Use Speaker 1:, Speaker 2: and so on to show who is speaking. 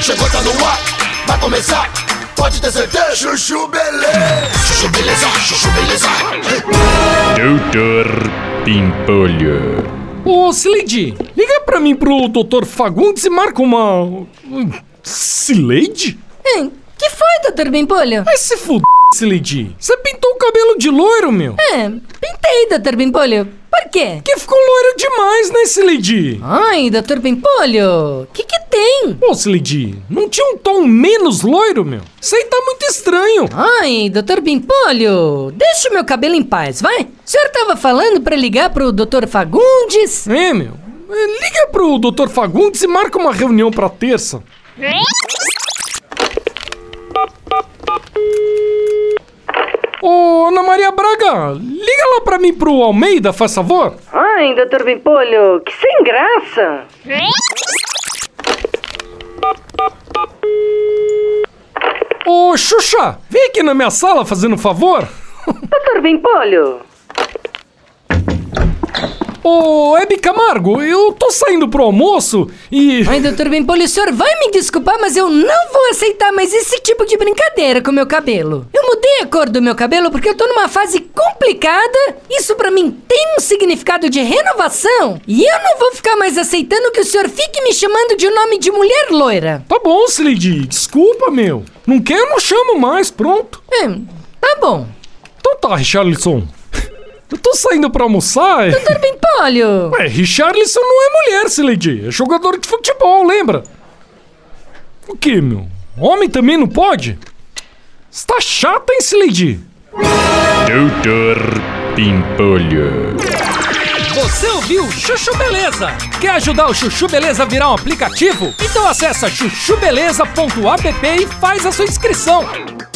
Speaker 1: Chegou, tá no ar, vai começar. Pode ter certeza. Chuchu beleza. Chuchu beleza, chuchu beleza.
Speaker 2: Doutor Pimpolho.
Speaker 3: Ô, Sileide, liga pra mim pro Dr. Fagundes e marca uma... hum, Sileide?
Speaker 4: Hum, que foi, doutor Bimpolho?
Speaker 3: Vai se fuder, Sileide. Você pintou o cabelo de loiro, meu.
Speaker 4: Hum, pintei, doutor Bimpolho. Por quê?
Speaker 3: Que ficou loiro demais, né, Sileide?
Speaker 4: Ai, doutor Bimpolho, o que que tem?
Speaker 3: Pô, Sileide, não tinha um tom menos loiro, meu? Isso aí tá muito estranho.
Speaker 4: Ai, doutor Bimpolho, deixa o meu cabelo em paz, vai. O senhor tava falando pra ligar pro doutor Fagundes?
Speaker 3: É, meu. É, Liga pro Dr. Fagundes e marca uma reunião pra terça. Ô, Ana Maria Braga, liga lá pra mim pro Almeida, faz favor.
Speaker 4: Ai, doutor Bimpolho, que sem graça.
Speaker 3: Ô, Xuxa, vem aqui na minha sala fazendo um favor.
Speaker 4: Doutor Bimpolho.
Speaker 3: Ô, Hebe Camargo, eu tô saindo pro almoço e...
Speaker 4: Ai, doutor Bimpolho, o senhor vai me desculpar, mas eu não vou aceitar mais esse tipo de brincadeira com o meu cabelo. Eu mudei a cor do meu cabelo porque eu tô numa fase complicada. Isso pra mim tem um significado de renovação. E eu não vou ficar mais aceitando que o senhor fique me chamando de nome de mulher loira.
Speaker 3: Tá bom, Slade, desculpa, meu. Não quero, não chamo mais, pronto.
Speaker 4: Hum, tá bom.
Speaker 3: Então tá, Richarlison. Eu tô saindo pra almoçar... é. e-
Speaker 4: Doutor Bimpolho.
Speaker 3: Ué, É, Richarlison não é mulher, Sileidi. É jogador de futebol, lembra? O que, meu? Homem também não pode? Você tá chata, hein, Sileidi?
Speaker 2: Doutor Pimpolho.
Speaker 3: Você ouviu Chuchu Beleza? Quer ajudar o Chuchu Beleza a virar um aplicativo? Então acessa chuchubeleza.app e faz a sua inscrição.